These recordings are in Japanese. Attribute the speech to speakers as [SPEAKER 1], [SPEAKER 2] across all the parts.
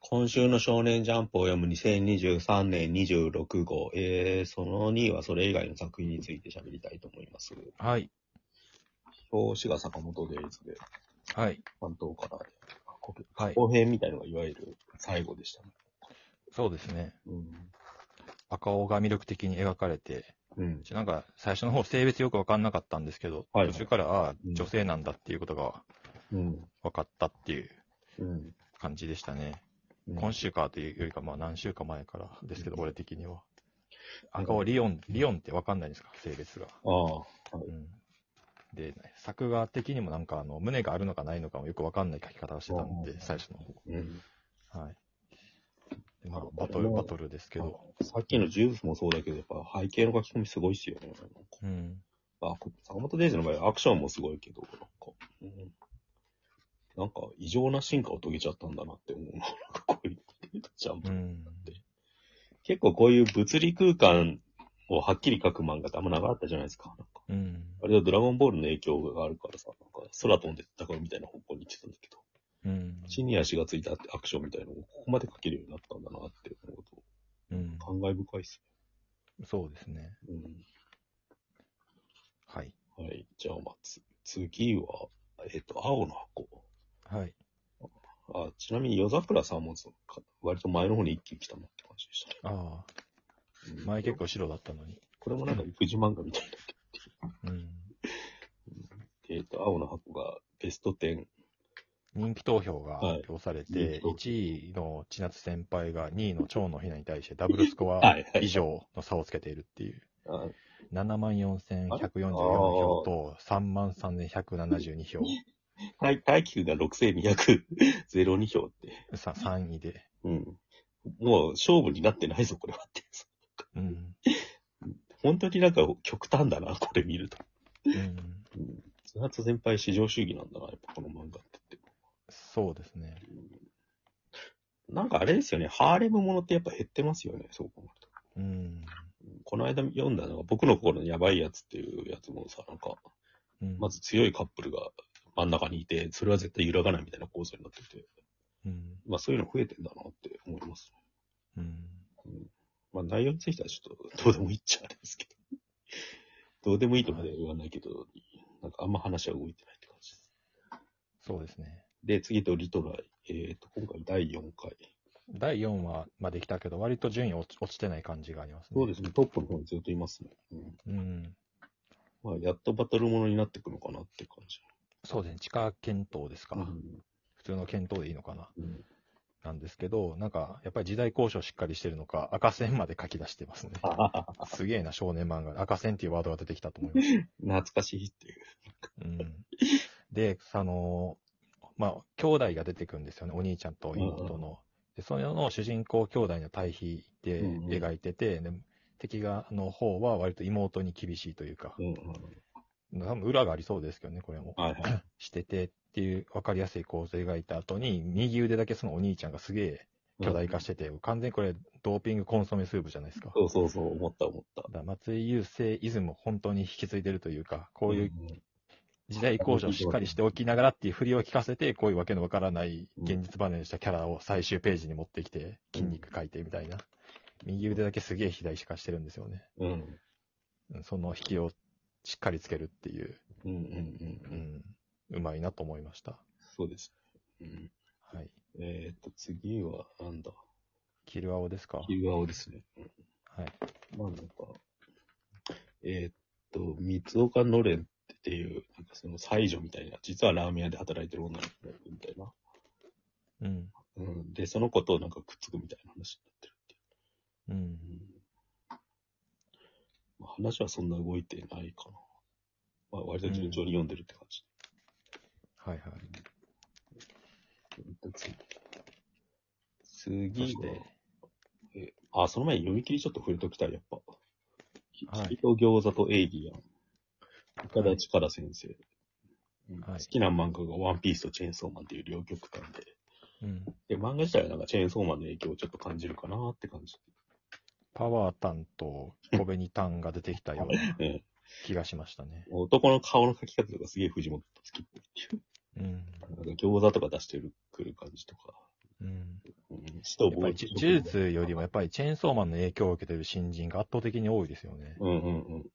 [SPEAKER 1] 今週の少年ジャンプを読む2023年26号、えー、その2はそれ以外の作品について喋りたいと思います。
[SPEAKER 2] はい。
[SPEAKER 1] 表紙が坂本デイズで、
[SPEAKER 2] はい。
[SPEAKER 1] 担当から、あこ
[SPEAKER 2] はい。
[SPEAKER 1] 後編みたいのがいわゆる最後でしたね。
[SPEAKER 2] そうですね。
[SPEAKER 1] うん。
[SPEAKER 2] 赤尾が魅力的に描かれて、
[SPEAKER 1] うん。
[SPEAKER 2] なんか最初の方性別よくわかんなかったんですけど、
[SPEAKER 1] はい
[SPEAKER 2] 途中から、ああ
[SPEAKER 1] うん、
[SPEAKER 2] 女性なんだっていうことが
[SPEAKER 1] うん。
[SPEAKER 2] 分かったっていう
[SPEAKER 1] うん。
[SPEAKER 2] 感じでしたね。
[SPEAKER 1] うん
[SPEAKER 2] 今週かというよりか、まあ何週か前からですけど、
[SPEAKER 1] うん
[SPEAKER 2] 俺的には。赤尾リオン、リオンってわかんないんですか性別が。
[SPEAKER 1] ああ、は
[SPEAKER 2] うん。で、作画的にもなんかあの、胸があるのかないのかもよくわかんない書き方をしてたん
[SPEAKER 1] う
[SPEAKER 2] で、
[SPEAKER 1] ん
[SPEAKER 2] 最初の方。
[SPEAKER 1] い。うん。
[SPEAKER 2] はい。でまあ、バトル、バトルですけど。
[SPEAKER 1] さっきのジュースもそうだけど、やっぱ背景の書き込みすごいっすよね。
[SPEAKER 2] うん。
[SPEAKER 1] あ、こ坂本デイズの場合、アクションもすごいけど、なんか、うん、なんか異常な進化を遂げちゃったんだなって思う。なん かこういうジャンプ
[SPEAKER 2] う
[SPEAKER 1] って、
[SPEAKER 2] ん。
[SPEAKER 1] 結構こういう物理空間をはっきり書く漫画ってあんまなかったじゃないですか。なんか
[SPEAKER 2] うん。
[SPEAKER 1] あれはドラゴンボールの影響があるからさ、なんか空飛んで戦うみたいな方向に行ってたんだけど、
[SPEAKER 2] うん。
[SPEAKER 1] 地に足がついたアクションみたいなのをここまで書けるようになったんだなって思うと、
[SPEAKER 2] うん。
[SPEAKER 1] 感慨深いっす
[SPEAKER 2] そうですね。
[SPEAKER 1] ね。うん
[SPEAKER 2] はい。
[SPEAKER 1] はい。じゃあ、まあ、つ次は、えっ、と、青の箱。
[SPEAKER 2] はい。
[SPEAKER 1] あ、ちなみに夜桜さんもそうか割と前の方に一気に来たなって感じでし
[SPEAKER 2] ああ、
[SPEAKER 1] たね。
[SPEAKER 2] 前結構白だったのに。
[SPEAKER 1] これもなんか育児漫画みたいな。
[SPEAKER 2] うん。
[SPEAKER 1] えっと、青の箱がベスト10。
[SPEAKER 2] 人気投票が
[SPEAKER 1] はい
[SPEAKER 2] 発表され
[SPEAKER 1] 人気
[SPEAKER 2] て、
[SPEAKER 1] 投票
[SPEAKER 2] 1位の千夏先輩が2位の蝶野ひなに対してダブルスコ
[SPEAKER 1] は
[SPEAKER 2] ア
[SPEAKER 1] いはい
[SPEAKER 2] 以上の差をつけているっていう。
[SPEAKER 1] あ
[SPEAKER 2] 74,144票と33,172票。
[SPEAKER 1] 耐耐久が6202票って。
[SPEAKER 2] さ3位で。
[SPEAKER 1] うん。もう勝負になってないぞ、これはって。
[SPEAKER 2] うん。
[SPEAKER 1] 本当になんか極端だな、これ見ると。
[SPEAKER 2] うん。
[SPEAKER 1] うん。津発先輩至上主義なんだな、やっぱこの漫画ってって。
[SPEAKER 2] そうですね。
[SPEAKER 1] なんかあれですよね、ハーレムものってやっぱ減ってますよね、そう思うと。
[SPEAKER 2] うん。
[SPEAKER 1] この間読んだのが、僕の心のやばいやつっていうやつもさ、なんか、
[SPEAKER 2] うん
[SPEAKER 1] まず強いカップルが真ん中にいて、それは絶対揺らがないみたいな構造になってて、
[SPEAKER 2] うん。
[SPEAKER 1] まあそういうの増えてんだなって思います。
[SPEAKER 2] うん。
[SPEAKER 1] まあ内容についてはちょっとどうでもいいっちゃあれですけ ど、どうでもいいとまでは言わないけど、なんかあんま話は動いてないって感じです。
[SPEAKER 2] そうですね。
[SPEAKER 1] で、次とリトライ。えっ、と、今回第4回。
[SPEAKER 2] 第4話まで来たけど、割と順位落ち落ちてない感じがありますね。
[SPEAKER 1] そうですね、トップの方にずっといますね。うん。
[SPEAKER 2] うん。
[SPEAKER 1] まあやっとバトルものになってくのかなって感じ。
[SPEAKER 2] そうですね。地下検討ですか。
[SPEAKER 1] う
[SPEAKER 2] 普通の検討でいいのかな。
[SPEAKER 1] ん。
[SPEAKER 2] なんですけど、なんか、やっぱり時代交渉しっかりしてるのか、赤線まで書き出してますね。
[SPEAKER 1] あ
[SPEAKER 2] すげえな、少年漫画で。赤線っていうワードが出てきたと思 います。
[SPEAKER 1] 懐かしいっていう。
[SPEAKER 2] うん。で、その、まあ、兄弟が出てくるんですよね。お兄ちゃんと妹の。で、それの主人公兄弟の対比で
[SPEAKER 1] うんうん
[SPEAKER 2] 描いてて、で敵側の方は割と妹に厳しいというか、
[SPEAKER 1] うん、うん。
[SPEAKER 2] 多分裏がありそうですけどね、これも。
[SPEAKER 1] はいはい。
[SPEAKER 2] しててっていう分かりやすい構図を描いた後に、右腕だけそのお兄ちゃんがすげえ巨大化してて、完全にこれドーピングコンソメスープじゃないですか。
[SPEAKER 1] そうそうそう、思った思った
[SPEAKER 2] だ。から松井優生イズムを本当に引き継いでるというか、こういう
[SPEAKER 1] うん
[SPEAKER 2] 時代交渉をしっかりしておきながらっていう振りを聞かせて、こういうわけのわからない現実離れにしたキャラを最終ページに持ってきて、筋肉描いてみたいな。右腕だけすげえ肥大化してるんですよね。
[SPEAKER 1] うん。
[SPEAKER 2] うんその引きをしっかりつけるっていう、
[SPEAKER 1] うんうん
[SPEAKER 2] う
[SPEAKER 1] うんうん。
[SPEAKER 2] ん、うまいなと思いました。
[SPEAKER 1] そうです。うん、
[SPEAKER 2] はい。
[SPEAKER 1] えーっと、次は、なんだ、
[SPEAKER 2] キルアオですか
[SPEAKER 1] キルアオですね。
[SPEAKER 2] はい。
[SPEAKER 1] まあなんか、えーっと、三岡のれんっていう、なんかその才女みたいな、実はラーメン屋で働いてる女の子みたいな。
[SPEAKER 2] うん。
[SPEAKER 1] うん。で、その子となんかくっつくみたいな話になってるっていう
[SPEAKER 2] うん。
[SPEAKER 1] まあ話はそんな動いてないかな。まあ割と順調に読んでるって感じ。
[SPEAKER 2] はいはい。そ
[SPEAKER 1] 次
[SPEAKER 2] し
[SPEAKER 1] で
[SPEAKER 2] て、、
[SPEAKER 1] えあ、その前に読み切りちょっと触れときたい、やっぱ。ひ
[SPEAKER 2] はい
[SPEAKER 1] きと餃子とエイリアン。岡田力先生、うん好
[SPEAKER 2] はい
[SPEAKER 1] きな漫画がワンピースとチェーンソーマンっていう両極端で。
[SPEAKER 2] うん。
[SPEAKER 1] で、漫画自体はなんかチェーンソーマンの影響をちょっと感じるかなって感じ。
[SPEAKER 2] パワータンと小紅タンが出てきたよ うな
[SPEAKER 1] うん
[SPEAKER 2] 気がしましたね。
[SPEAKER 1] 男の顔の描き方とかすげえ藤本好きっていう。
[SPEAKER 2] うん。
[SPEAKER 1] なんか餃子とか出してくる感じとか。
[SPEAKER 2] うん。
[SPEAKER 1] うん死と
[SPEAKER 2] やっぱりじゅ呪術よりもやっぱりチェーンソーマンの影響を受けてる新人が圧倒的に多いですよね。
[SPEAKER 1] うんうんうん。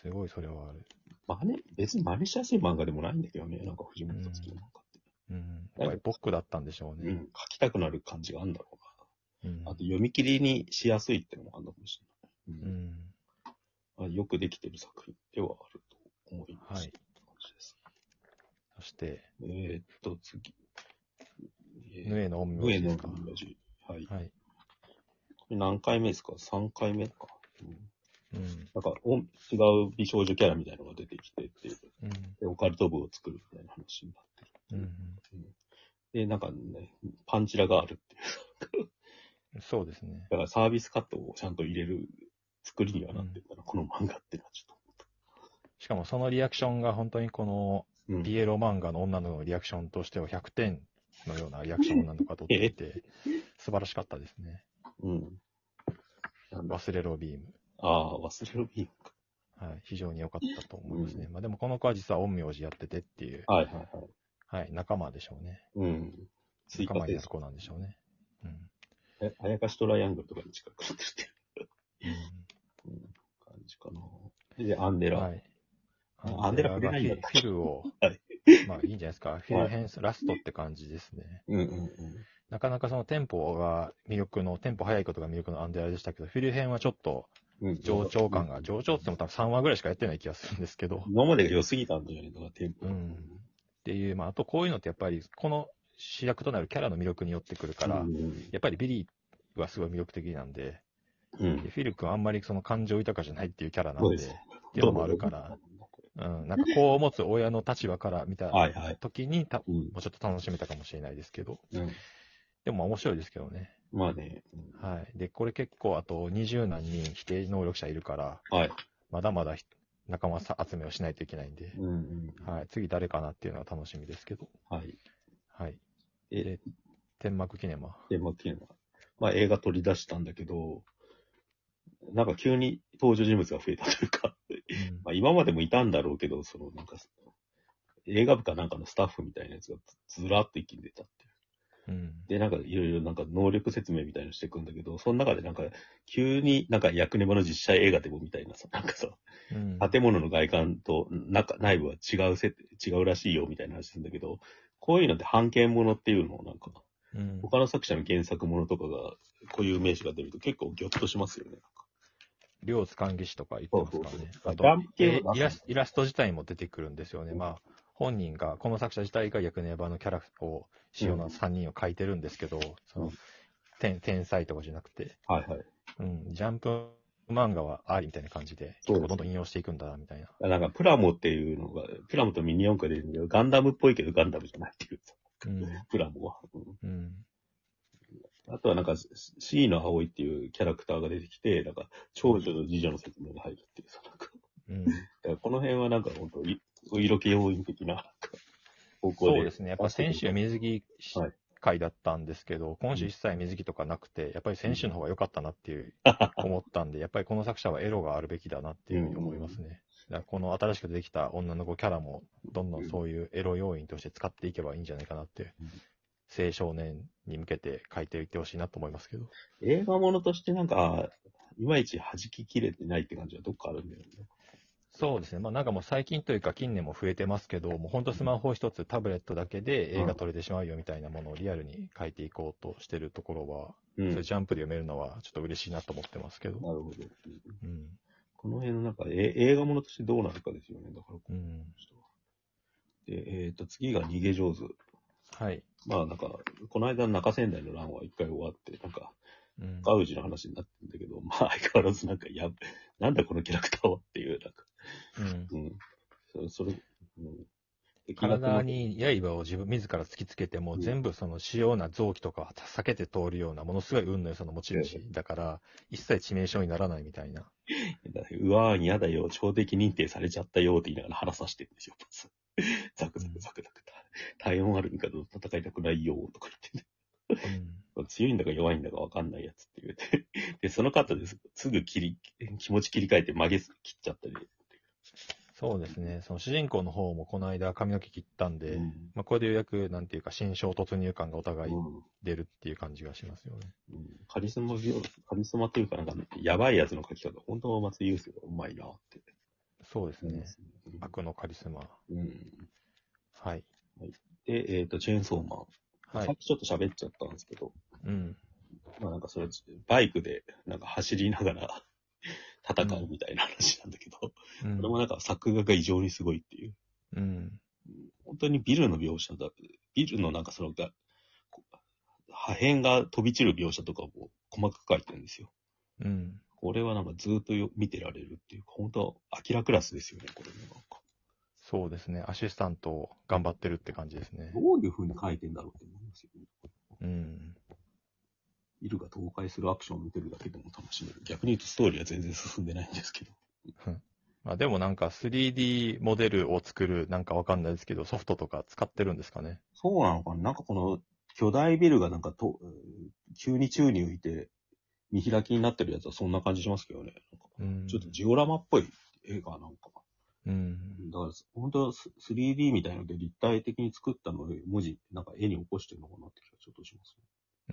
[SPEAKER 2] すごいそれはある。
[SPEAKER 1] 真似、別に真似しやすい漫画でもないんだけどね、なんか藤本さつきの漫画って。
[SPEAKER 2] うん。やっぱり僕だったんでしょう
[SPEAKER 1] う
[SPEAKER 2] ね。
[SPEAKER 1] ん、書きたくなる感じがあるんだろ
[SPEAKER 2] うん
[SPEAKER 1] うな。あと読み切りにしやすいってのもあるのかもしれ
[SPEAKER 2] う
[SPEAKER 1] ない。
[SPEAKER 2] ん。
[SPEAKER 1] うんあよくできてる作品ではあると思います。
[SPEAKER 2] はい
[SPEAKER 1] って感じです
[SPEAKER 2] そして、
[SPEAKER 1] えーっと、次。え
[SPEAKER 2] ヌエの音
[SPEAKER 1] 上の
[SPEAKER 2] 名です
[SPEAKER 1] 文
[SPEAKER 2] か。
[SPEAKER 1] 字。はい。こ
[SPEAKER 2] はい。
[SPEAKER 1] れ何回目ですか ?3 回目か。うん
[SPEAKER 2] うん。
[SPEAKER 1] なんかお、違う美少女キャラみたいなのが出てきてっていう
[SPEAKER 2] うん。
[SPEAKER 1] で、オカルト部を作るみたいな話になって
[SPEAKER 2] う
[SPEAKER 1] る。
[SPEAKER 2] ん。
[SPEAKER 1] で、なんかね、パンチラがあるっていう。
[SPEAKER 2] そうですね。
[SPEAKER 1] だからサービスカットをちゃんと入れる作りにはなってるから、この漫画ってのはちょっ
[SPEAKER 2] しかもそのリアクションが本当にこの
[SPEAKER 1] と。うん。
[SPEAKER 2] ピエロ漫画の女の子のリアクションとしては100点のようなリアクションを何度か取っていて、素晴らしかったですね。
[SPEAKER 1] うん。なんだ
[SPEAKER 2] 忘れろビーム。
[SPEAKER 1] ああ、忘れるビームか。
[SPEAKER 2] はい。非常に良かったと思いますね。まあでもこの子は実は陰陽師やっててっていう、
[SPEAKER 1] はいはいはい。
[SPEAKER 2] はい、仲間でしょうね。
[SPEAKER 1] うん。追
[SPEAKER 2] 仲
[SPEAKER 1] 加
[SPEAKER 2] 間に
[SPEAKER 1] で
[SPEAKER 2] なる子なんでしょうね。うん。
[SPEAKER 1] え、あやかしトライアングルとかに近くなってるって
[SPEAKER 2] うん
[SPEAKER 1] いううん感じかな。で、アンデラ。
[SPEAKER 2] はい。
[SPEAKER 1] アンデラ触れないんだ
[SPEAKER 2] フィルを
[SPEAKER 1] はい、
[SPEAKER 2] まあいいんじゃないですか。フィル編、ラストって感じですね。
[SPEAKER 1] うんうん
[SPEAKER 2] なかなかそのテンポが魅力の、テンポ速いことが魅力のアンデラでしたけど、フィル編はちょっと
[SPEAKER 1] うん。うん、
[SPEAKER 2] 上長感が、上長って言っても多分3話ぐらいしかやってない気がするんですけど、っ
[SPEAKER 1] 今までが良すぎたんだよね、だからテンポが。
[SPEAKER 2] うんていう、まああとこういうのってやっぱりこの主役となるキャラの魅力によってくるから
[SPEAKER 1] う、ん
[SPEAKER 2] やっぱりビリーはすごい魅力的なんで、
[SPEAKER 1] うん
[SPEAKER 2] で。フィル君はあんまりその感情豊かじゃないっていうキャラな
[SPEAKER 1] そ
[SPEAKER 2] ん
[SPEAKER 1] う
[SPEAKER 2] で、
[SPEAKER 1] ですね。
[SPEAKER 2] っていうのもあるから、うん、なんかこう持つ親の立場から見た
[SPEAKER 1] はいはい。
[SPEAKER 2] 時にた、
[SPEAKER 1] うん。
[SPEAKER 2] もうちょっと楽しめたかもしれないですけど、
[SPEAKER 1] うん、
[SPEAKER 2] でもまあ面白いですけどね。
[SPEAKER 1] まあね。うん
[SPEAKER 2] はい。で、これ結構あと20何人否定能力者いるから、
[SPEAKER 1] はい。
[SPEAKER 2] まだまだひ仲間さ集めをしないといけないんで、
[SPEAKER 1] うんうん。
[SPEAKER 2] はい。次誰かなっていうのは楽しみですけど、
[SPEAKER 1] はい。
[SPEAKER 2] はい。
[SPEAKER 1] え
[SPEAKER 2] で、天幕記念は。
[SPEAKER 1] で、まあ、っていうのは、まあ映画取り出したんだけど、なんか急に登場人物が増えたというか、
[SPEAKER 2] うん
[SPEAKER 1] まあ今までもいたんだろうけど、そのなんか、映画部かなんかのスタッフみたいなやつがずずらっと一気に出たっていう。
[SPEAKER 2] うん。
[SPEAKER 1] で、なんかいろいろなんか能力説明みたいのしていくんだけど、その中でなんか急になんか役ネバの実写映画でもみたいなさ、なんかさ、
[SPEAKER 2] うん
[SPEAKER 1] 建物の外観と中内部は違うせ違うらしいよみたいな話するんだけど、こういうのって版権ものっていうのをなんか、
[SPEAKER 2] うん
[SPEAKER 1] 他の作者の原作ものとかが、こういう名詞が出ると結構ギョッとしますよね。
[SPEAKER 2] 両津関技師とか言ってますから
[SPEAKER 1] そう
[SPEAKER 2] ね。
[SPEAKER 1] そう
[SPEAKER 2] あと
[SPEAKER 1] ランケー
[SPEAKER 2] え
[SPEAKER 1] は
[SPEAKER 2] イラス、イラスト自体も出てくるんですよね。
[SPEAKER 1] うん
[SPEAKER 2] まあ、本人が、この作者自体が逆ネバのキャラを、仕様の3人を書いてるんですけど、そ
[SPEAKER 1] うん
[SPEAKER 2] の、天天才とかじゃなくて、
[SPEAKER 1] はいはい。
[SPEAKER 2] うん、ジャンプ漫画はありみたいな感じで、
[SPEAKER 1] そう
[SPEAKER 2] 結構どんどん引用していくんだな、みたいな。
[SPEAKER 1] なんかプラモっていうのが、プラモとミニ四駆で出てるけど、ガンダムっぽいけどガンダムじゃないっていうさ、
[SPEAKER 2] うん。
[SPEAKER 1] プラモは。うん
[SPEAKER 2] うん。
[SPEAKER 1] あとはなんか、C の葵っていうキャラクターが出てきて、なんか、長女の次女の説明が入るっていうさ、なんか、
[SPEAKER 2] うん、
[SPEAKER 1] だからこの辺はなんか本当に、お色気要因的な、なんか、方向で。
[SPEAKER 2] そうですね。やっぱ先週は水着
[SPEAKER 1] はい
[SPEAKER 2] 会だったんですけど、今週一切水着とかなくて、やっぱり先週の方が良かったなっていう思ったんで、やっぱりこの作者はエロがあるべきだなっていうふうに思いますね。だからこの新しくできた女の子キャラも、どんどんそういうエロ要因として使っていけばいいんじゃないかなって
[SPEAKER 1] うん、
[SPEAKER 2] 青少年に向けて書いていってほしいなと思いますけど。
[SPEAKER 1] 映画ものとしてなんか、いまいち弾き切れてないって感じはどっかあるんだよね。
[SPEAKER 2] そうですね。まあなんかもう最近というか近年も増えてますけど、もう本当スマホ一つ、タブレットだけで映画撮れてしまうよみたいなものをリアルに書いていこうとしてるところは、
[SPEAKER 1] う
[SPEAKER 2] そ
[SPEAKER 1] ん。
[SPEAKER 2] れ
[SPEAKER 1] なる
[SPEAKER 2] ジャンプで読めるのはちょっと嬉しいなと思ってますけど。
[SPEAKER 1] ほど。
[SPEAKER 2] うん。
[SPEAKER 1] この辺のなんか、え映画ものとしてどうなるかですよね。だから、こ
[SPEAKER 2] うん。
[SPEAKER 1] の人は。で、えっ、と、次が逃げ上手。
[SPEAKER 2] はい。
[SPEAKER 1] まあなんか、この間の中仙台の乱は一回終わって、なんか、
[SPEAKER 2] うん。
[SPEAKER 1] ガウジの話になってるんだけど、まあ相変わらずなんか、やべ、なんだこのキャラクターはっていう、なんか、
[SPEAKER 2] うん
[SPEAKER 1] うん。それ、それ、うん。で
[SPEAKER 2] 体、に刃を自分、自ら突きつけても、
[SPEAKER 1] うん
[SPEAKER 2] 全部その主要な臓器とかは避けて通るような、ものすごい運の良さの持ち主だから、一切致命傷にならないみたいな。
[SPEAKER 1] うわー、嫌だよ、超敵認定されちゃったよって言いながら腹刺してるんですよ、パス。ザクザクザクザク。体温ある味方と戦いたくないよとか言ってね。
[SPEAKER 2] うん。
[SPEAKER 1] 強いんだか弱いんだかわかんないやつって言って。で、その方ですすぐ切り、気持ち切り替えて曲げす切っちゃったり。
[SPEAKER 2] そうですね。その主人公の方もこの間髪の毛切ったんで、
[SPEAKER 1] うん
[SPEAKER 2] まあこれでようやく、なんていうか、新章突入感がお互い
[SPEAKER 1] うん
[SPEAKER 2] 出るっていう感じがしますよね。
[SPEAKER 1] うんカリスマ美容、カリスマっていうか、なんか、やばいやつの書き方、本当は松井優介がうまいなって
[SPEAKER 2] そうです
[SPEAKER 1] 思い
[SPEAKER 2] ね
[SPEAKER 1] ま。すね。
[SPEAKER 2] 悪のカリスマ。
[SPEAKER 1] うん。
[SPEAKER 2] はい。
[SPEAKER 1] で、えっ、と、チェーンソーマン。
[SPEAKER 2] は
[SPEAKER 1] さ
[SPEAKER 2] い
[SPEAKER 1] っ。きちょっと喋っちゃったんですけど、
[SPEAKER 2] うん。
[SPEAKER 1] まあなんかそれ、バイクで、なんか走りながら戦うみたいな話なんだけど、
[SPEAKER 2] う
[SPEAKER 1] こ
[SPEAKER 2] ん
[SPEAKER 1] れもなんか作画が異常にすごいっていう。
[SPEAKER 2] うん。
[SPEAKER 1] 本当にビルの描写だ、ビルのなんかそのが、こ破片が飛び散る描写とかを細かく書いてるんですよ。
[SPEAKER 2] うん。
[SPEAKER 1] これはなんかずっとよ見てられるっていうか、本当アキラクラスですよね、これね。なんか
[SPEAKER 2] そうですね。アシスタントを頑張ってるって感じですね。
[SPEAKER 1] どういう風に書いてんだろうって思いますよね。
[SPEAKER 2] うん。
[SPEAKER 1] ビルが倒壊するアクションを見てるだけでも楽しめる。逆に言うとストーリーは全然進んでないんですけど。
[SPEAKER 2] まあでもなんか 3D モデルを作るなんかわかんないですけど、ソフトとか使ってるんですかね。
[SPEAKER 1] そうなのかななんかこの巨大ビルがなんかと、急に宙に浮いて見開きになってるやつはそんな感じしますけどね。なんか
[SPEAKER 2] うん。
[SPEAKER 1] ちょっとジオラマっぽい映画なんか。
[SPEAKER 2] うん。
[SPEAKER 1] だから、本当はス 3D みたいので立体的に作ったのを文字、なんか絵に起こしてるのかなって気がちょっとします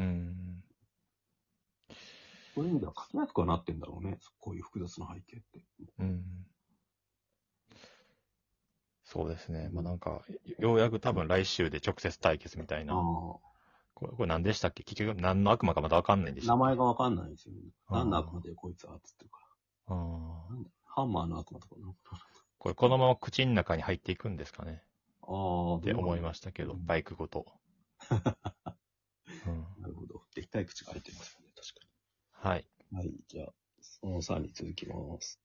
[SPEAKER 1] ね。
[SPEAKER 2] うん。
[SPEAKER 1] こういう意味では書きやすくはなってんだろうね。こういう複雑な背景って。
[SPEAKER 2] うん。そうですね。まあなんか、ようやく多分来週で直接対決みたい
[SPEAKER 1] あ
[SPEAKER 2] な。
[SPEAKER 1] あ。
[SPEAKER 2] これこれ何でしたっけ結局何の悪魔かまだわかんないんでした
[SPEAKER 1] 名
[SPEAKER 2] っけ
[SPEAKER 1] 前がわかんないんですよね。
[SPEAKER 2] あー
[SPEAKER 1] 何の悪魔でこいつはっつってるから。
[SPEAKER 2] ああ。
[SPEAKER 1] ハンマーの悪魔とかなんか。
[SPEAKER 2] これこのまま口の中に入っていくんですかね
[SPEAKER 1] ああ。
[SPEAKER 2] って思い
[SPEAKER 1] ま
[SPEAKER 2] ましたけど、
[SPEAKER 1] うん
[SPEAKER 2] バイク ごと。うん
[SPEAKER 1] す。なるほど。でっかい口が開いてますよね。確かに。
[SPEAKER 2] はい。
[SPEAKER 1] はい、じゃあ、その3に続きます。